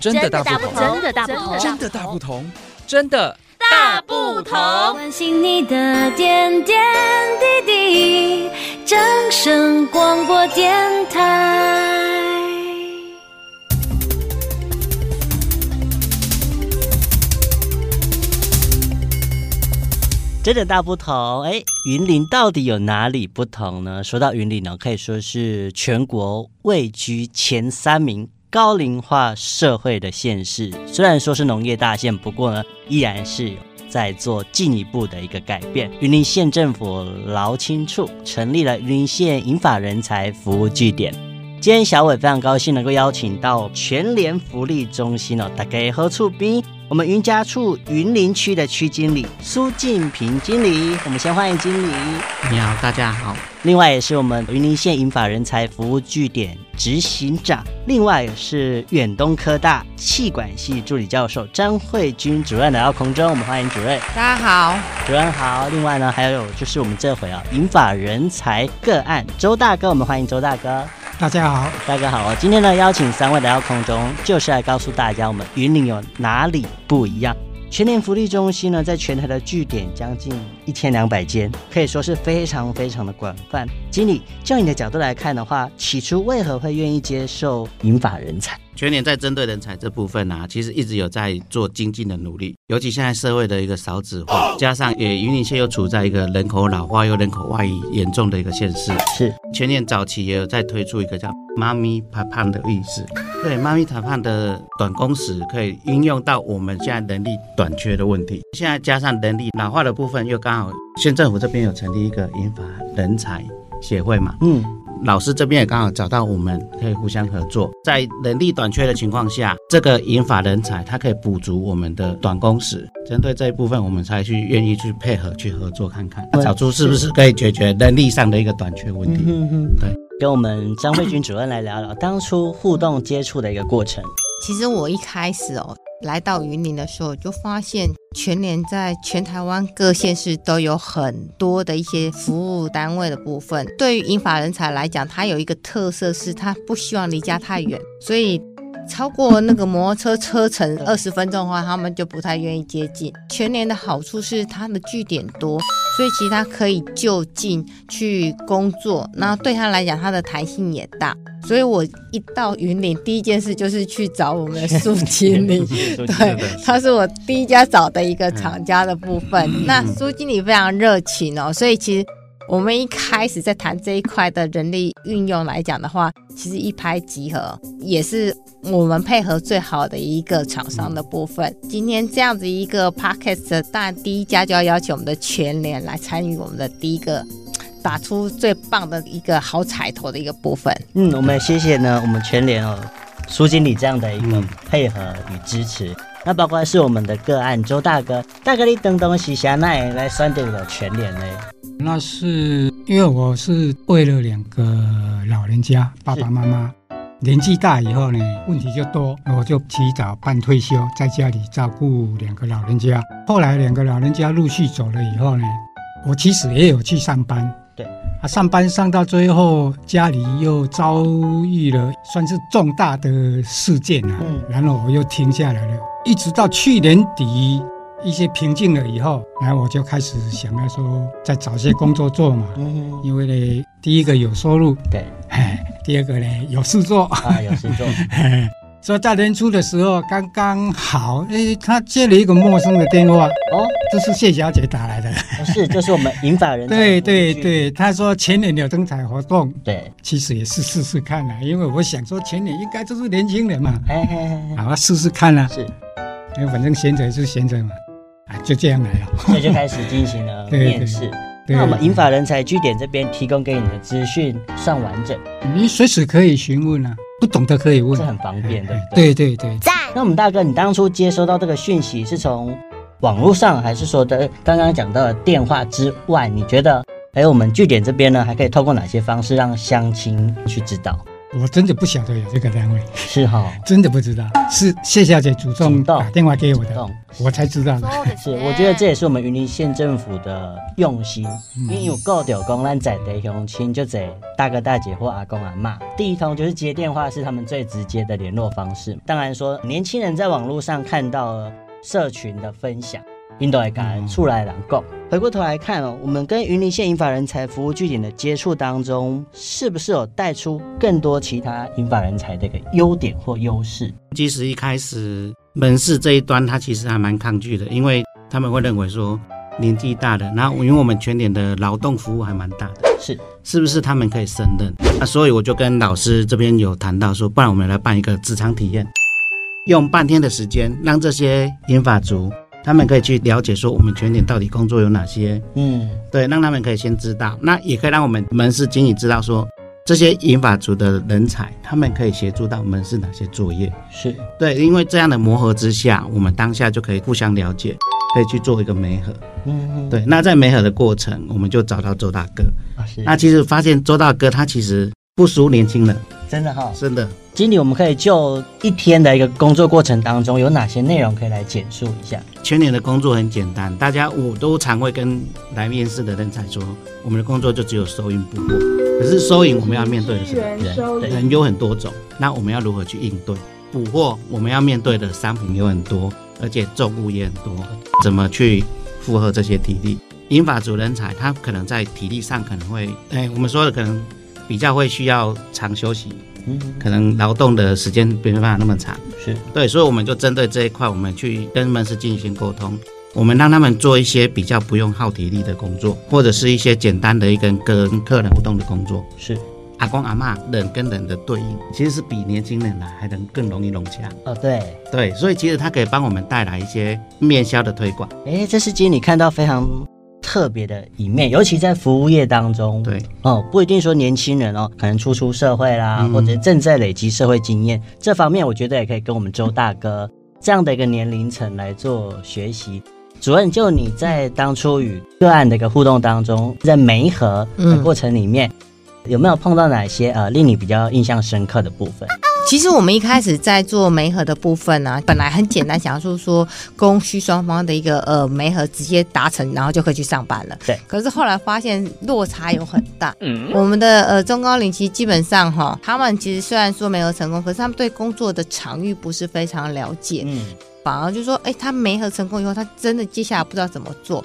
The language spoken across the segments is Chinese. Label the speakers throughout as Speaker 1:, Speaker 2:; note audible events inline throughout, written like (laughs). Speaker 1: 真的大
Speaker 2: 大
Speaker 1: 不同，
Speaker 2: 不同
Speaker 3: 真的大不同
Speaker 1: 真的大不同，真的
Speaker 2: 大不同
Speaker 3: 关心你的点点滴滴，掌声广播电台。
Speaker 4: 真的大不同。哎，云林到底有哪里不同呢？说到云林哦呢，可以说是全国位居前三名高龄化社会的县市。虽然说是农业大县，不过呢，依然是有。在做进一步的一个改变，云林县政府劳青处成立了云林县银发人才服务据点。今天小伟非常高兴能够邀请到全联福利中心哦，大家何处边？我们云家处云林区的区经理苏静平经理，我们先欢迎经理。
Speaker 5: 你好，大家好。
Speaker 4: 另外也是我们云林县银发人才服务据点执行长，另外也是远东科大气管系助理教授张慧君主任来到空中，我们欢迎主任。
Speaker 5: 大家好，
Speaker 4: 主任好。另外呢，还有就是我们这回啊银发人才个案周大哥，我们欢迎周大哥。
Speaker 6: 大家好，
Speaker 4: 大家好，今天呢邀请三位来到空中，就是来告诉大家我们云林有哪里不一样。全联福利中心呢，在全台的据点将近一千两百间，可以说是非常非常的广泛。经理，就你的角度来看的话，起初为何会愿意接受银发人才？
Speaker 5: 全年在针对人才这部分啊，其实一直有在做精进的努力，尤其现在社会的一个少子化，加上也云林县又处在一个人口老化又人口外移严重的一个县市。
Speaker 4: 是
Speaker 5: 全年早期也有在推出一个叫“妈咪谈判”的意思，对“妈咪谈判”的短工时可以应用到我们现在人力短缺的问题。现在加上人力老化的部分，又刚好县政府这边有成立一个银发人才协会嘛，
Speaker 4: 嗯，
Speaker 5: 老师这边也刚好找到我们，可以互相合作。在人力短缺的情况下，这个引法人才，它可以补足我们的短工时。针对这一部分，我们才去愿意去配合去合作看看，
Speaker 4: 对
Speaker 5: 找出是不是可以解决人力上的一个短缺问题。
Speaker 4: 嗯哼
Speaker 5: 对，
Speaker 4: 跟我们张慧君主任来聊聊当初互动接触的一个过程。
Speaker 7: 其实我一开始哦，来到云林的时候，就发现全联在全台湾各县市都有很多的一些服务单位的部分。对于银发人才来讲，它有一个特色是它不希望离家太远，所以。超过那个摩托车车程二十分钟的话，他们就不太愿意接近。全联的好处是它的据点多，所以其实他可以就近去工作，那对他来讲，他的弹性也大。所以我一到云林，第一件事就是去找我们的苏经 (laughs) 理，对，他是我第一家找的一个厂家的部分。那苏经理非常热情哦，所以其实我们一开始在谈这一块的人力运用来讲的话，其实一拍即合，也是我们配合最好的一个厂商的部分。今天这样子一个 podcast，当然第一家就要邀请我们的全联来参与我们的第一个。打出最棒的一个好彩头的一个部分。
Speaker 4: 嗯，我们谢谢呢，我们全联哦，苏经理这样的一个
Speaker 5: 嗯
Speaker 4: 配合与支持。那包括是我们的个案周大哥，大哥你等东西下那来选择了全联嘞，
Speaker 6: 那是因为我是为了两个老人家，爸爸妈妈年纪大以后呢，问题就多，我就提早办退休，在家里照顾两个老人家。后来两个老人家陆续走了以后呢，我其实也有去上班。
Speaker 4: 对
Speaker 6: 啊，上班上到最后，家里又遭遇了算是重大的事件啊，
Speaker 4: 嗯
Speaker 6: 然后我又停下来了，一直到去年底一些平静了以后，然后我就开始想要说再找些工作做嘛，
Speaker 4: 嗯哼，
Speaker 6: 因为呢，第一个有收入，
Speaker 4: 对
Speaker 6: 嘿 (laughs) 第二个呢有事做，
Speaker 4: 啊，有事
Speaker 6: (laughs)
Speaker 4: 做，
Speaker 6: 嘿所以在年初的时候刚刚好，诶，他接了一个陌生的电话，
Speaker 4: 哦，
Speaker 6: 这是谢小姐打
Speaker 4: (laughs)
Speaker 6: 来的，
Speaker 4: 不是，这是我们银发人才服务
Speaker 6: 对对
Speaker 4: 区
Speaker 6: 对，她说前年有灯彩活动，
Speaker 4: 对，
Speaker 6: 其实也是试试看啦、因为我想说前年应该就是年轻人嘛，
Speaker 4: 嘿嘿嘿嘿，
Speaker 6: 啊，试试看啦、
Speaker 4: 是，
Speaker 6: 因为反正闲着也是闲着嘛，啊，就这样来了。
Speaker 4: 所以就开始进行了
Speaker 6: (laughs) 对对
Speaker 4: 面试。
Speaker 6: 对
Speaker 4: 那我们银发人才据点这边提供给你的资讯算完整，
Speaker 6: 你嗯随时可以询问啊，不懂的可以问哎
Speaker 4: 这，很方便，对不对？
Speaker 6: 对对对，
Speaker 2: 赞
Speaker 4: 那我们大哥，你当初接收到这个讯息是从网络上，还是说的刚刚讲到的电话之外？你觉得，哎，我们据点这边呢，还可以透过哪些方式让乡亲去知道？
Speaker 6: 我真的不晓得有这个单位，
Speaker 4: 是哈，
Speaker 6: 真的不知道，是谢小姐主动
Speaker 4: 主动
Speaker 6: 打电话给我的
Speaker 4: 懂，
Speaker 6: 我才知道的。
Speaker 4: 是，我觉得这也是我们云林县政府的用心，因为有够掉公咱在地乡亲，就在大哥大姐或阿公阿妈，第一通就是接电话，是他们最直接的联络方式。当然说，年轻人在网络上看到了社群的分享，印度也敢出来人讲。回过头来看哦，我们跟云林县银发人才服务据点的接触当中，是不是有带出更多其他银发人才的一个优点或优势？
Speaker 5: 其实一开始门市这一端，他其实还蛮抗拒的，因为他们会认为说年纪大了，然后因为我们全点的劳动服务还蛮大的，
Speaker 4: 是
Speaker 5: 是不是他们可以胜任？那所以我就跟老师这边有谈到说，不然我们来办一个职场体验，用半天的时间让这些银发族。他们可以去了解说我们全点到底工作有哪些，
Speaker 4: 嗯，
Speaker 5: 对，让他们可以先知道，那也可以让我们门市经理知道说这些银发族的人才，他们可以协助到门市哪些作业。
Speaker 4: 是
Speaker 5: 对，因为这样的磨合之下，我们当下就可以互相了解，可以去做一个媒合。
Speaker 4: 嗯，
Speaker 5: 对，那在媒合的过程，我们就找到周大哥。
Speaker 4: 啊是，
Speaker 5: 那其实发现周大哥他其实不输年轻人，
Speaker 4: 真的哈、
Speaker 5: 真的。
Speaker 4: 经理，我们可以就一天的一个工作过程当中，有哪些内容可以来简述一下？
Speaker 5: 全年的工作很简单，大家我都常会跟来面试的人才说，我们的工作就只有收银不过。可是收银我们要面对的是人，
Speaker 4: 人对
Speaker 5: 人有很多种，那我们要如何去应对？捕获我们要面对的商品有很多，而且重物也很多，怎么去负荷这些体力？银发族人才他可能在体力上可能会，哎，我们说的可能比较会需要长休息，
Speaker 4: 嗯，
Speaker 5: 可能劳动的时间没办法那么长。
Speaker 4: 是
Speaker 5: 对，所以我们就针对这一块，我们去跟门市进行沟通，我们让他们做一些比较不用耗体力的工作，或者是一些简单的一跟跟客人互动的工作。
Speaker 4: 是，
Speaker 5: 阿公阿嬷人跟人的对应，其实是比年轻人来还能更容易融洽。
Speaker 4: 哦对，
Speaker 5: 对，所以其实它可以帮我们带来一些面销的推广。
Speaker 4: 哎，这是经理看到非常特别的一面，尤其在服务业当中，
Speaker 5: 对，
Speaker 4: 哦，不一定说年轻人哦，可能初出社会啦，
Speaker 5: 嗯
Speaker 4: 或者正在累积社会经验这方面，我觉得也可以跟我们周大哥这样的一个年龄层来做学习。主任，就你在当初与个案的一个互动当中，在媒合
Speaker 7: 嗯
Speaker 4: 的过程里面，有没有碰到哪些呃令你比较印象深刻的部分？
Speaker 7: 其实我们一开始在做媒合的部分呢、啊本来很简单，想要说说供需双方的一个呃媒合直接达成，然后就可以去上班了。
Speaker 4: 对。
Speaker 7: 可是后来发现落差有很
Speaker 4: (laughs)
Speaker 7: 大。嗯。我们的呃中高龄期基本上哈，他们其实虽然说媒合成功，可是他们对工作的场域不是非常了解。
Speaker 4: 嗯，
Speaker 7: 反而就是说，哎、他没合成功以后，他真的接下来不知道怎么
Speaker 4: 啊
Speaker 7: 做，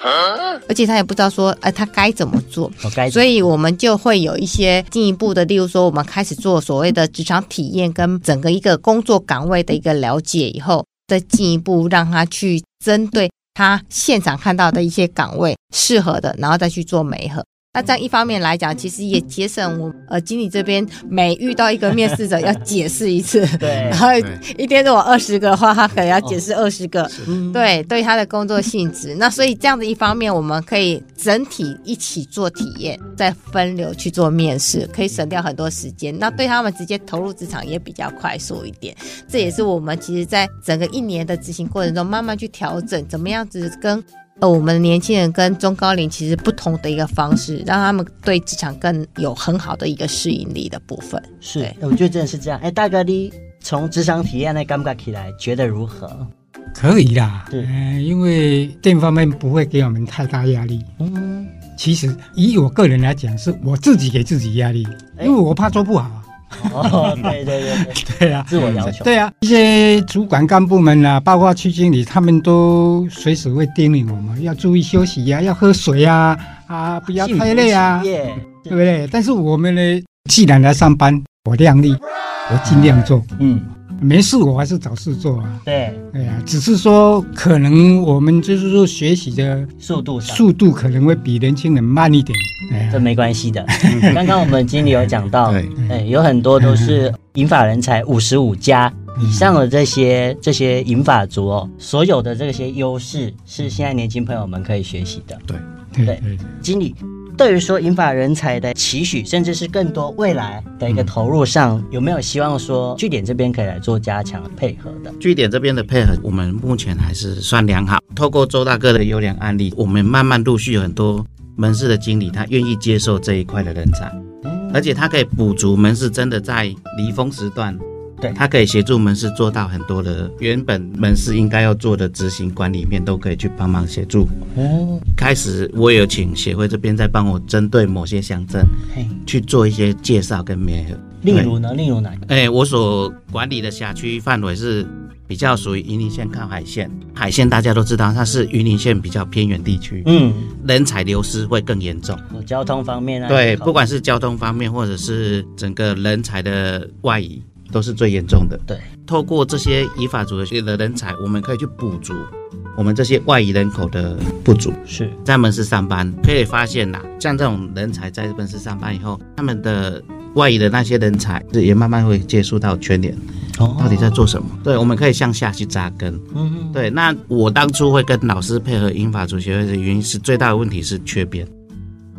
Speaker 7: 而且他也不知道说，哎、他该怎么做。
Speaker 4: 我该
Speaker 7: 所以我们就会有一些进一步的，例如说，我们开始做所谓的职场体验跟整个一个工作岗位的一个了解以后，再进一步让他去针对他现场看到的一些岗位适合的，然后再去做媒合。那这样一方面来讲，其实也节省我呃经理这边每遇到一个面试者要解释一次，
Speaker 4: 对
Speaker 7: (laughs) 然，后
Speaker 5: 对
Speaker 7: 一天如果二十个的话，他可能要解释二十个，
Speaker 4: 嗯，
Speaker 7: 对对他的工作性质。那所以这样的一方面，我们可以整体一起做体验，再分流去做面试，可以省掉很多时间。那对他们直接投入职场也比较快速一点。这也是我们其实在整个一年的执行过程中，慢慢去调整，怎么样子跟。呃，我们年轻人跟中高龄其实不同的一个方式，让他们对职场更有很好的一个适应力的部分。
Speaker 4: 是
Speaker 7: 对，
Speaker 4: 我觉得真的是这样。哎，大哥，你从职场体验那尴尬起来，觉得如
Speaker 7: (laughs)
Speaker 4: 何？
Speaker 6: 可以啦，
Speaker 4: 对
Speaker 6: 呃，因为这方面不会给我们太大压力。
Speaker 4: 嗯，
Speaker 6: 其实以我个人来讲，是我自己给自己压力，
Speaker 4: 哎
Speaker 6: 因为我怕做不好啊。
Speaker 4: 哦，对对对 (laughs) 对，
Speaker 6: 对啊，
Speaker 4: 自我要求。
Speaker 6: (laughs) 对啊，一些主管干部们啊，包括区经理，他们都随时会叮咛我们要注意休息呀、要喝水呀、啊，不要
Speaker 4: 幸福
Speaker 6: 太累啊
Speaker 4: 企，业
Speaker 6: 对不对？但是我们呢，既然来上班，我量力，我尽量做，
Speaker 4: 嗯，
Speaker 6: 没事我还是找事做啊。
Speaker 4: 对，
Speaker 6: 哎呀，只是说可能我们就是说学习的
Speaker 4: 速度上。
Speaker 6: 速度可能会比年轻人慢一点。哎呀
Speaker 4: 这没关系的。
Speaker 6: 嗯
Speaker 4: 刚刚我们经理有讲到，
Speaker 5: 对
Speaker 4: 哎，有很多都是银发人才五十五加
Speaker 6: 嗯
Speaker 4: 以上的这些这些银发族哦，所有的这些优势是现在年轻朋友们可以学习的。
Speaker 6: 对
Speaker 4: 对
Speaker 6: 对对。
Speaker 4: 经理对于说银发人才的期许，甚至是更多未来的
Speaker 6: 嗯
Speaker 4: 一个投入上，有没有希望说据点这边可以来做加强配合的？
Speaker 5: 据点这边的配合，我们目前还是算良好。透过周大哥的优良案例，我们慢慢陆续有很多门市的经理，他愿意接受这一块的人才。
Speaker 6: 嗯
Speaker 5: 而且它可以补足门市真的在离峰时段，
Speaker 4: 对
Speaker 5: 它可以协助门市做到很多的原本门市应该要做的执行管理面都可以去帮忙协助。
Speaker 4: 哦，
Speaker 5: 开始我有请协会这边在帮我针对某些乡镇
Speaker 4: 嘿，
Speaker 5: 去做一些介绍跟媒合，
Speaker 4: 例如呢，例如哪个？
Speaker 5: 哎，我所管理的辖区范围是比较属于云林县靠海线，海线大家都知道，它是云林县比较偏远地区，
Speaker 4: 嗯，
Speaker 5: 人才流失会更严重。
Speaker 4: 有交通方面啊，
Speaker 5: 对，
Speaker 4: 有考
Speaker 5: 不管是交通方面，或者是整个人才的外移，都是最严重的。
Speaker 4: 对，
Speaker 5: 透过这些依法组学的人才，我们可以去补足我们这些外移人口的不足。
Speaker 4: 是
Speaker 5: 在门市上班，可以发现啦，像这种人才在门市上班以后，他们的外移的那些人才也慢慢会接触到全联
Speaker 4: 哦
Speaker 5: 到底在做什么。对，我们可以向下去扎根。
Speaker 4: 嗯，
Speaker 5: 对，那我当初会跟老师配合英法足协会的原因是，最大的问题是缺编，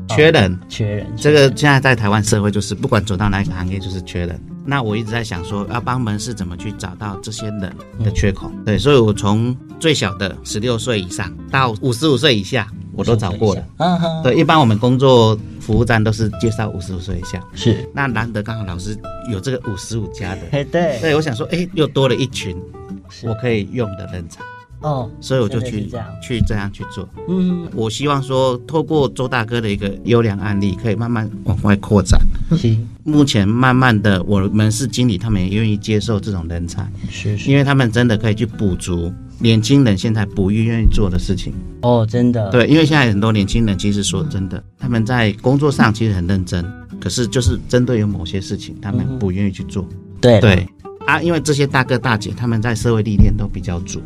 Speaker 4: 哦
Speaker 5: 缺人。
Speaker 4: 缺人
Speaker 5: 这个现在在台湾社会就是，不管走到哪一个行业就是缺人。那我一直在想说，要帮门市怎么去找到这些人的缺口？
Speaker 4: 嗯
Speaker 5: 对，所以我从最小的十六岁以上到五十五岁以下，我都找过了。
Speaker 4: 嗯哼，
Speaker 5: 对，一般我们工作服务站都是介绍五十五岁以下，
Speaker 4: 是，
Speaker 5: 那难得刚好老师有这个五十五加的，
Speaker 4: 嘿，对，
Speaker 5: 对我想说，哎，又多了一群
Speaker 4: 是
Speaker 5: 我可以用的人才，
Speaker 4: 哦，
Speaker 5: 所以我就
Speaker 4: 真的是
Speaker 5: 去
Speaker 4: 这样，
Speaker 5: 去这样去做。
Speaker 4: 嗯，
Speaker 5: 我希望说，透过周大哥的一个优良案例，可以慢慢往外扩展。
Speaker 4: 嗯行，
Speaker 5: 目前慢慢的，我们是经理，他们也愿意接受这种人才，
Speaker 4: 是是，
Speaker 5: 因为他们真的可以去补足年轻人现在不愿意做的事情。
Speaker 4: 哦，真的，，
Speaker 5: 对，因为现在很多年轻人其实说真的，他们在工作上其实很认真，可是就是针对于某些事情，他们不愿意去做。
Speaker 4: 嗯对了
Speaker 5: 对，啊，因为这些大哥大姐他们在社会历练都比较足，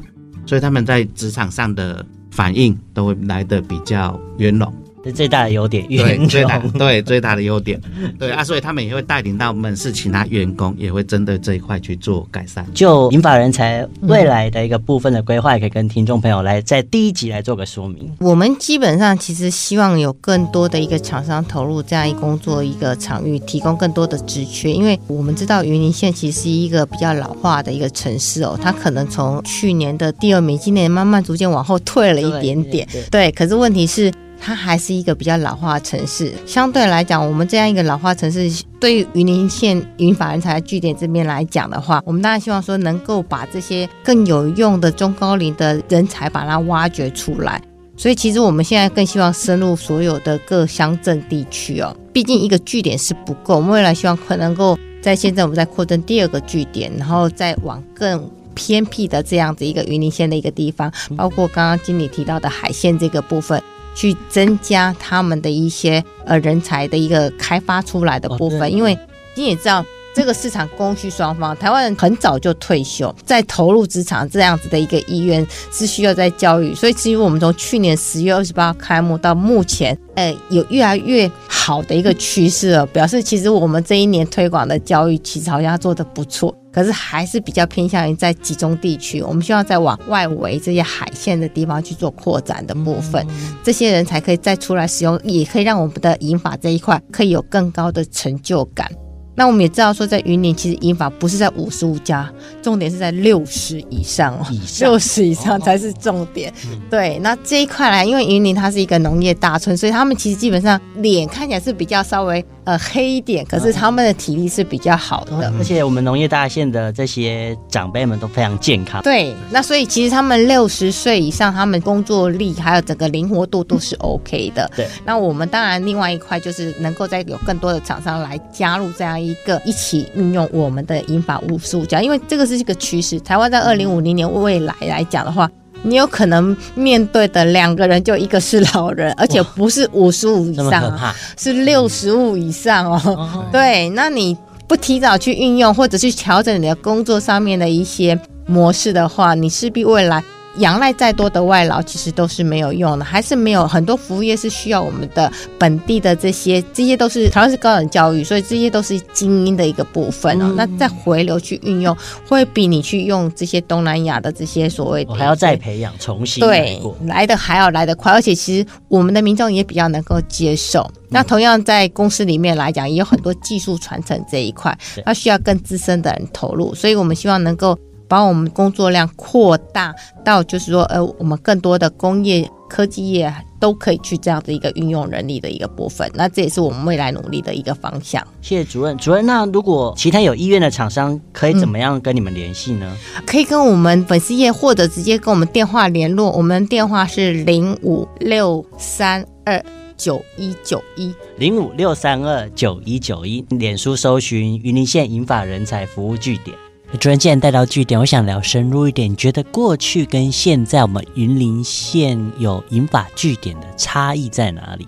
Speaker 5: 所以他们在职场上的反应都会来的比较圆融。
Speaker 4: 这最大的优点，
Speaker 5: 对
Speaker 4: 圆
Speaker 5: 最大
Speaker 4: 融，
Speaker 5: 对最大的优点，对啊，所以他们也会带领到门市其他员工，也会针对这一块去做改善。
Speaker 4: 就银发人才未来的一个部分的规划，也可以跟听众朋友来在第一集来做个说明。
Speaker 7: 我们基本上其实希望有更多的一个厂商投入这样一工作一个场域，提供更多的职缺，因为我们知道云林县其实是一个比较老化的一个城市哦，它可能从去年的第二名，今年慢慢逐渐往后退了一点点，
Speaker 4: 对对
Speaker 7: 对，可是问题是。它还是一个比较老化的城市，相对来讲，我们这样一个老化城市，对于云林县云法人才据点这边来讲的话，我们当然希望说能够把这些更有用的中高龄的人才把它挖掘出来。所以其实我们现在更希望深入所有的各乡镇地区哦，毕竟一个据点是不够，我们未来希望可能够在现在我们再扩增第二个据点，然后再往更。偏僻的这样子一个云林县的一个地方，包括刚刚经理提到的海线这个部分，去增加他们的一些呃人才的一个开发出来的
Speaker 4: 哦
Speaker 7: 部分，
Speaker 4: 对
Speaker 7: 因为你也知道，这个市场供需双方，台湾人很早就退休，在投入职场这样子的一个意愿是需要在教育，所以其实我们从去年十月二十八开幕到目前，呃，有越来越好的一个趋势了，表示其实我们这一年推广的教育其实好像做得不错。可是还是比较偏向于在集中地区，我们希望再往外围这些海线的地方去做扩展的部分，这些人才可以再出来使用，也可以让我们的银法这一块可以有更高的成就感。那我们也知道说，在云林其实银法不是在五十五家，重点是在六十以上哦
Speaker 4: 以，上
Speaker 7: (laughs)
Speaker 4: 哦
Speaker 7: 六十以上才是重点。对，那这一块来，因为云林它是一个农业大村，所以他们其实基本上脸看起来是比较稍微呃黑一点，可是
Speaker 4: 嗯
Speaker 7: 他们的体力是比较好的。
Speaker 5: 嗯
Speaker 4: 而且我们农业大县的这些长辈们都非常健康，
Speaker 7: 对，那所以其实他们六十岁以上，他们工作力还有整个灵活度都是 OK 的。
Speaker 4: 对，
Speaker 7: 那我们当然另外一块就是能够再有更多的厂商来加入这样一个一起运用我们的银法五十五家，因为这个是一个趋势。台湾在二零五零年未来来讲的话。你有可能面对的两个人就一个是老人，而且不是五十五
Speaker 4: (laughs)
Speaker 7: 以
Speaker 4: 这么
Speaker 7: 上
Speaker 4: 可
Speaker 7: 啊，
Speaker 4: 怕。
Speaker 7: 是六十五以上哦。对，那你不提早去运用，或者去调整你的工作上面的一些模式的话，你势必未来仰赖再多的外劳，其实都是没有用的，还是没有很多服务业是需要我们的本地的这些，这些都是台湾是高等教育，所以这些都是精英的一个部分
Speaker 4: 嗯
Speaker 7: 哦。那再回流去运用，会比你去用这些东南亚的这些所谓的
Speaker 4: 我还要再
Speaker 7: 一些
Speaker 4: 培养，重新来
Speaker 7: 对
Speaker 4: 过，
Speaker 7: 来的还要来得快，而且其实我们的民众也比较能够接受。那同样在公司里面来讲，也有很多技术传承这一块
Speaker 4: 对，
Speaker 7: 它需要更资深的人投入，所以我们希望能够把我们工作量扩大到，就是说，呃，我们更多的工业。科技业都可以去这样的一个运用人力的一个部分。那这也是我们未来努力的一个方向。
Speaker 4: 谢谢主任。主任，那如果其他有意愿的厂商，可以怎么样跟你们联系呢？
Speaker 7: 可以跟我们粉丝页或者直接跟我们电话联络，我们电话是零五六三二九一九一。
Speaker 4: 零五六三二九一九一，脸书搜寻云林县银发人才服务据点。主任，既然带到据点，我想聊深入一点。你觉得过去跟现在我们云林县有银发据点的差异在哪里？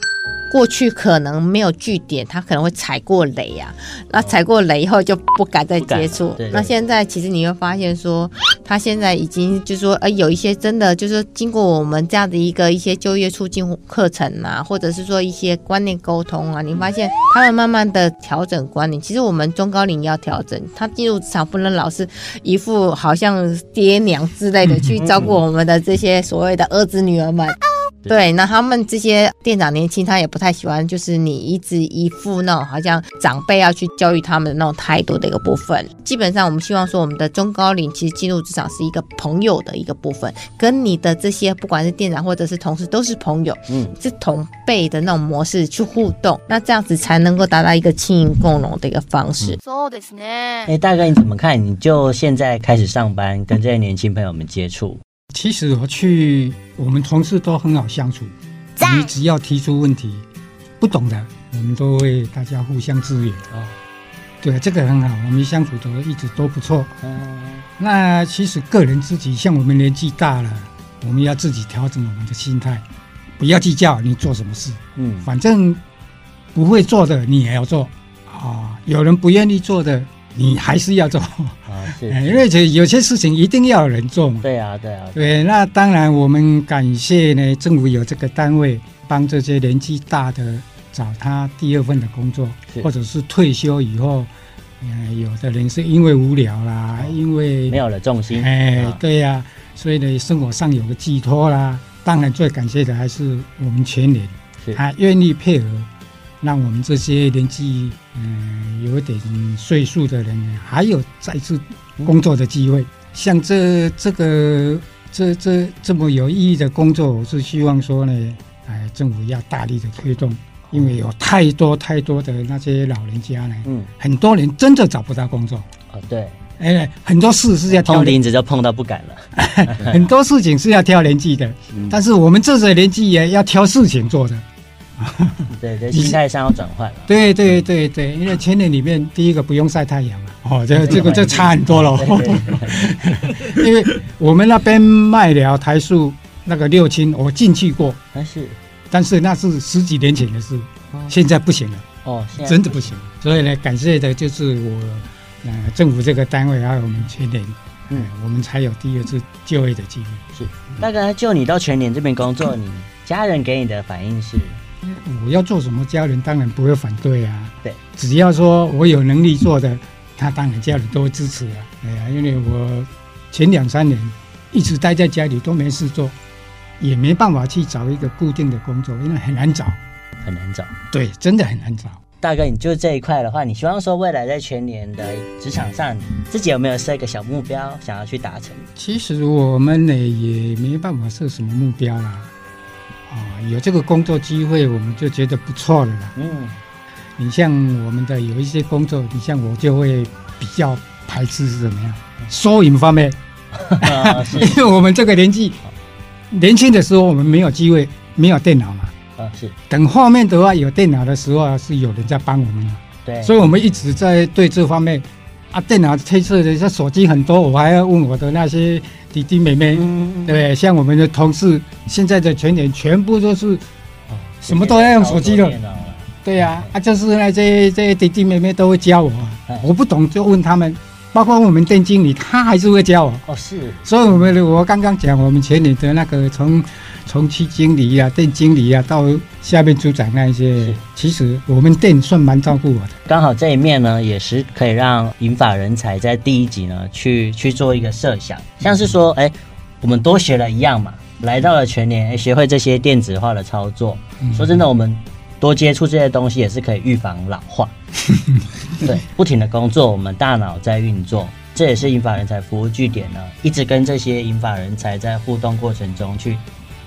Speaker 7: 过去可能没有据点，他可能会踩过雷啊，那踩过雷以后就不敢再接触
Speaker 4: 不敢了对。
Speaker 7: 那现在其实你会发现说，他现在已经就是说，呃，有一些真的就是说经过我们这样的一个一些就业促进课程啊，或者是说一些观念沟通啊，你发现他们慢慢的调整观念。其实我们中高龄要调整，他进入职场不能老是一副好像爹娘之类的去照顾我们的这些所谓的儿子女儿们。对，那他们这些店长年轻，他也不太喜欢，就是你一直一副那种好像长辈要去教育他们的那种态度的一个部分。基本上，我们希望说，我们的中高龄其实进入职场是一个朋友的一个部分，跟你的这些不管是店长或者是同事都是朋友，
Speaker 4: 嗯，
Speaker 7: 是同辈的那种模式去互动，那这样子才能够达到一个轻盈共融的一个方式。
Speaker 3: そうですね
Speaker 4: 哎，大哥你怎么看？你就现在开始上班，跟这些年轻朋友们接触，
Speaker 6: 其实我去，我们同事都很好相处。你只要提出问题，不懂的，我们都会大家互相支援。
Speaker 4: 哦，
Speaker 6: 对，这个很好，我们相处的一直都不错。
Speaker 4: 嗯，
Speaker 6: 那其实个人自己，像我们年纪大了，我们要自己调整我们的心态，不要计较你做什么事，
Speaker 4: 嗯
Speaker 6: 反正不会做的你也要做啊、有人不愿意做的你还是要做，
Speaker 4: 啊是，
Speaker 6: 哎因为这有些事情一定要有人做嘛。
Speaker 4: 对啊对啊，
Speaker 6: 对，那当然我们感谢呢，政府有这个单位帮这些年纪大的找他第二份的工作
Speaker 4: 是，
Speaker 6: 或者是退休以后，呃，有的人是因为无聊啦，因为
Speaker 4: 没有了重心，
Speaker 6: 哎
Speaker 4: 啊，
Speaker 6: 对呀、所以呢，生活上有个寄托啦。当然，最感谢的还是我们全年
Speaker 4: 是，
Speaker 6: 他愿意配合，让我们这些年纪嗯、有点岁数的人呢，还有再次工作的机会。像这这个这这这么有意义的工作，我是希望说呢，哎，政府要大力的推动，
Speaker 4: 哦
Speaker 6: 因为有太多太多的那些老人家呢，
Speaker 4: 嗯，
Speaker 6: 很多人真的找不到工作，
Speaker 4: 哦对，
Speaker 6: 哎，很多事是要挑
Speaker 4: 碰
Speaker 6: 人
Speaker 4: 钉子就碰到不敢了，
Speaker 6: 很多事情是要挑年纪的，
Speaker 5: 嗯
Speaker 6: 但是我们这个年纪也要挑事情做的。
Speaker 4: 对对，
Speaker 6: 你是
Speaker 4: 心态上要转换了。
Speaker 6: 对对对对，因为千年里面第一个不用晒太阳嘛，哦，这这个这差很多了。
Speaker 4: 哎
Speaker 6: (laughs) 因为我们那边麦寮台塑那个六轻，我进去过，
Speaker 4: 但是
Speaker 6: 但是那是十几年前的事
Speaker 4: 哦，
Speaker 6: 现在不行了，
Speaker 4: 哦，现在
Speaker 6: 真的不行。所以呢，感谢的就是我呃政府这个单位还有我们千年，嗯，我们才有第二次就业的机会。
Speaker 4: 大概就你到全年这边工作，你家人给你的反应是，
Speaker 6: 我要做什么，家人当然不会反对啊。
Speaker 4: 对，
Speaker 6: 只要说我有能力做的，他当然家人都会支持啊。哎呀，因为我前两三年一直待在家里都没事做，也没办法去找一个固定的工作，因为很难找。
Speaker 4: 很难找。
Speaker 6: 对，真的很难找。
Speaker 4: 大哥，你就这一块的话，你希望说未来在全年的职场上，自己有没有设一个小目标想要去达成？
Speaker 6: 其实我们呢也没办法设什么目标啦，啊、有这个工作机会我们就觉得不错了啦。 (laughs)
Speaker 4: 嗯，
Speaker 6: 你像我们的有一些工作，你像我就会比较排斥是怎么样？收银方面，
Speaker 4: 啊是
Speaker 6: (laughs) 因为我们这个年纪，年轻的时候我们没有机会，没有电脑嘛。
Speaker 4: 啊是，
Speaker 6: 等后面的话有电脑的时候啊，是有人在帮我们了，
Speaker 4: 对，
Speaker 6: 所以我们一直在对这方面啊，电脑推测的，像手机很多，我还要问我的那些弟弟妹妹，
Speaker 4: 嗯
Speaker 6: 对不对？像我们的同事，现在的全年全部都是，什么都要用手机了
Speaker 4: 了。
Speaker 6: 对呀、啊，就是那些这些弟弟妹妹都会教我啊
Speaker 4: 哎，
Speaker 6: 我不懂就问他们，包括我们店经理，他还是会教我。
Speaker 4: 哦是，
Speaker 6: 所以我们我刚刚讲，我们前年的那个从从区经理啊、店经理啊到下面组长那一些
Speaker 4: 是，
Speaker 6: 其实我们店算蛮照顾我的。
Speaker 4: 刚好这一面呢，也是可以让银发人才在第一集呢去去做一个设想，像是说，哎，我们多学了一样嘛，来到了全年，哎，学 (laughs) 会这些电子化的操作。说真的，我们多接触这些东西也是可以预防老化。对，不停的工作，我们大脑在运作，这也是银发人才服务据点呢，一直跟这些银发人才在互动过程中去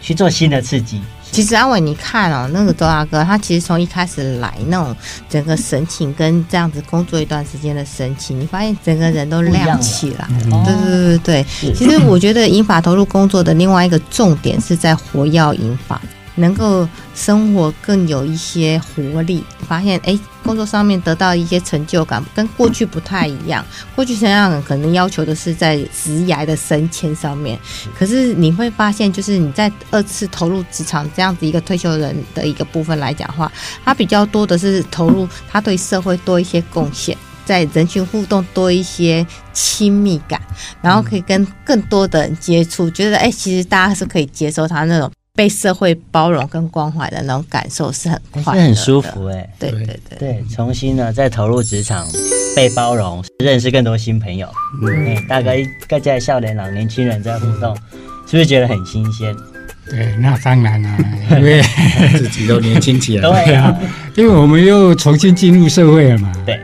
Speaker 4: 去做新的刺激。
Speaker 7: 其实阿伟，你看哦，那个周大哥，他其实从一开始来那种整个神情跟这样子工作一段时间的神情，你发现整个人都亮起来。
Speaker 4: 哦
Speaker 7: 对对对对
Speaker 4: 是
Speaker 7: 对，其实我觉得银发投入工作的另外一个重点是在活跃银发，能够生活更有一些活力。发现哎，工作上面得到一些成就感，跟过去不太一样。过去成就感可能要求的是在职涯的升迁上面，可是你会发现，就是你在二次投入职场这样子一个退休人的一个部分来讲的话，他比较多的是投入他对社会多一些贡献。在人群互动多一些亲密感，然后可以跟更多的人接触，觉得哎、其实大家是可以接受他那种被社会包容跟关怀的那种感受，是很
Speaker 4: 哎
Speaker 7: 快乐
Speaker 4: 这
Speaker 7: 的，
Speaker 4: 很舒服哎、
Speaker 7: 对
Speaker 6: 对
Speaker 7: 对对。
Speaker 4: 对，重新呢再投入职场，被包容，认识更多新朋友。
Speaker 5: 嗯
Speaker 2: 嗯
Speaker 4: 哎、大概各家的少年郎、年轻人在互动，是不是觉得很新鲜？
Speaker 6: 对，那当然 (laughs) 啦、因为
Speaker 2: 自己都年轻起
Speaker 5: (laughs)
Speaker 2: 来。
Speaker 4: 对啊，
Speaker 6: 因为我们又重新进入社会了嘛。
Speaker 4: 对。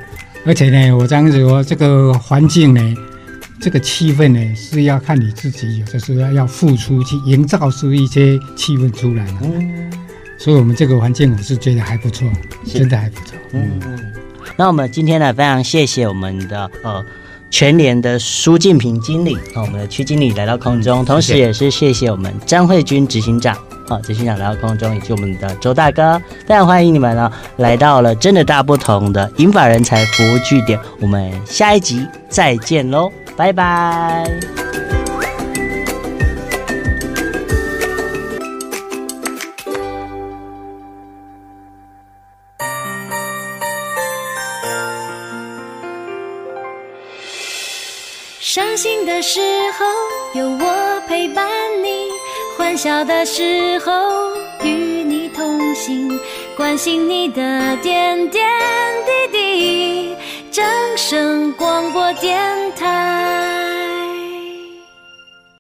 Speaker 6: 而且呢，我这样子说，这个环境呢，这个气氛呢，是要看你自己，有的时候要付出去营造出一些气氛出来嘛。
Speaker 4: 嗯
Speaker 6: 所以，我们这个环境，我是觉得还不错，
Speaker 4: 是
Speaker 6: 真的还不错。
Speaker 4: 嗯。那我们今天呢，非常谢谢我们的呃。全联的苏进平经理啊、我们的区经理来到空中，同时也是嗯谢谢我们张慧君执行长啊、执行长来到空中，以及我们的周大哥，非常欢迎你们呢、来到了真的大不同的银发人才服务据点，我们下一集再见喽，拜拜。
Speaker 3: 伤心的时候有我陪伴你，欢笑的时候与你同行，关心你的点点滴滴。掌声广播电台。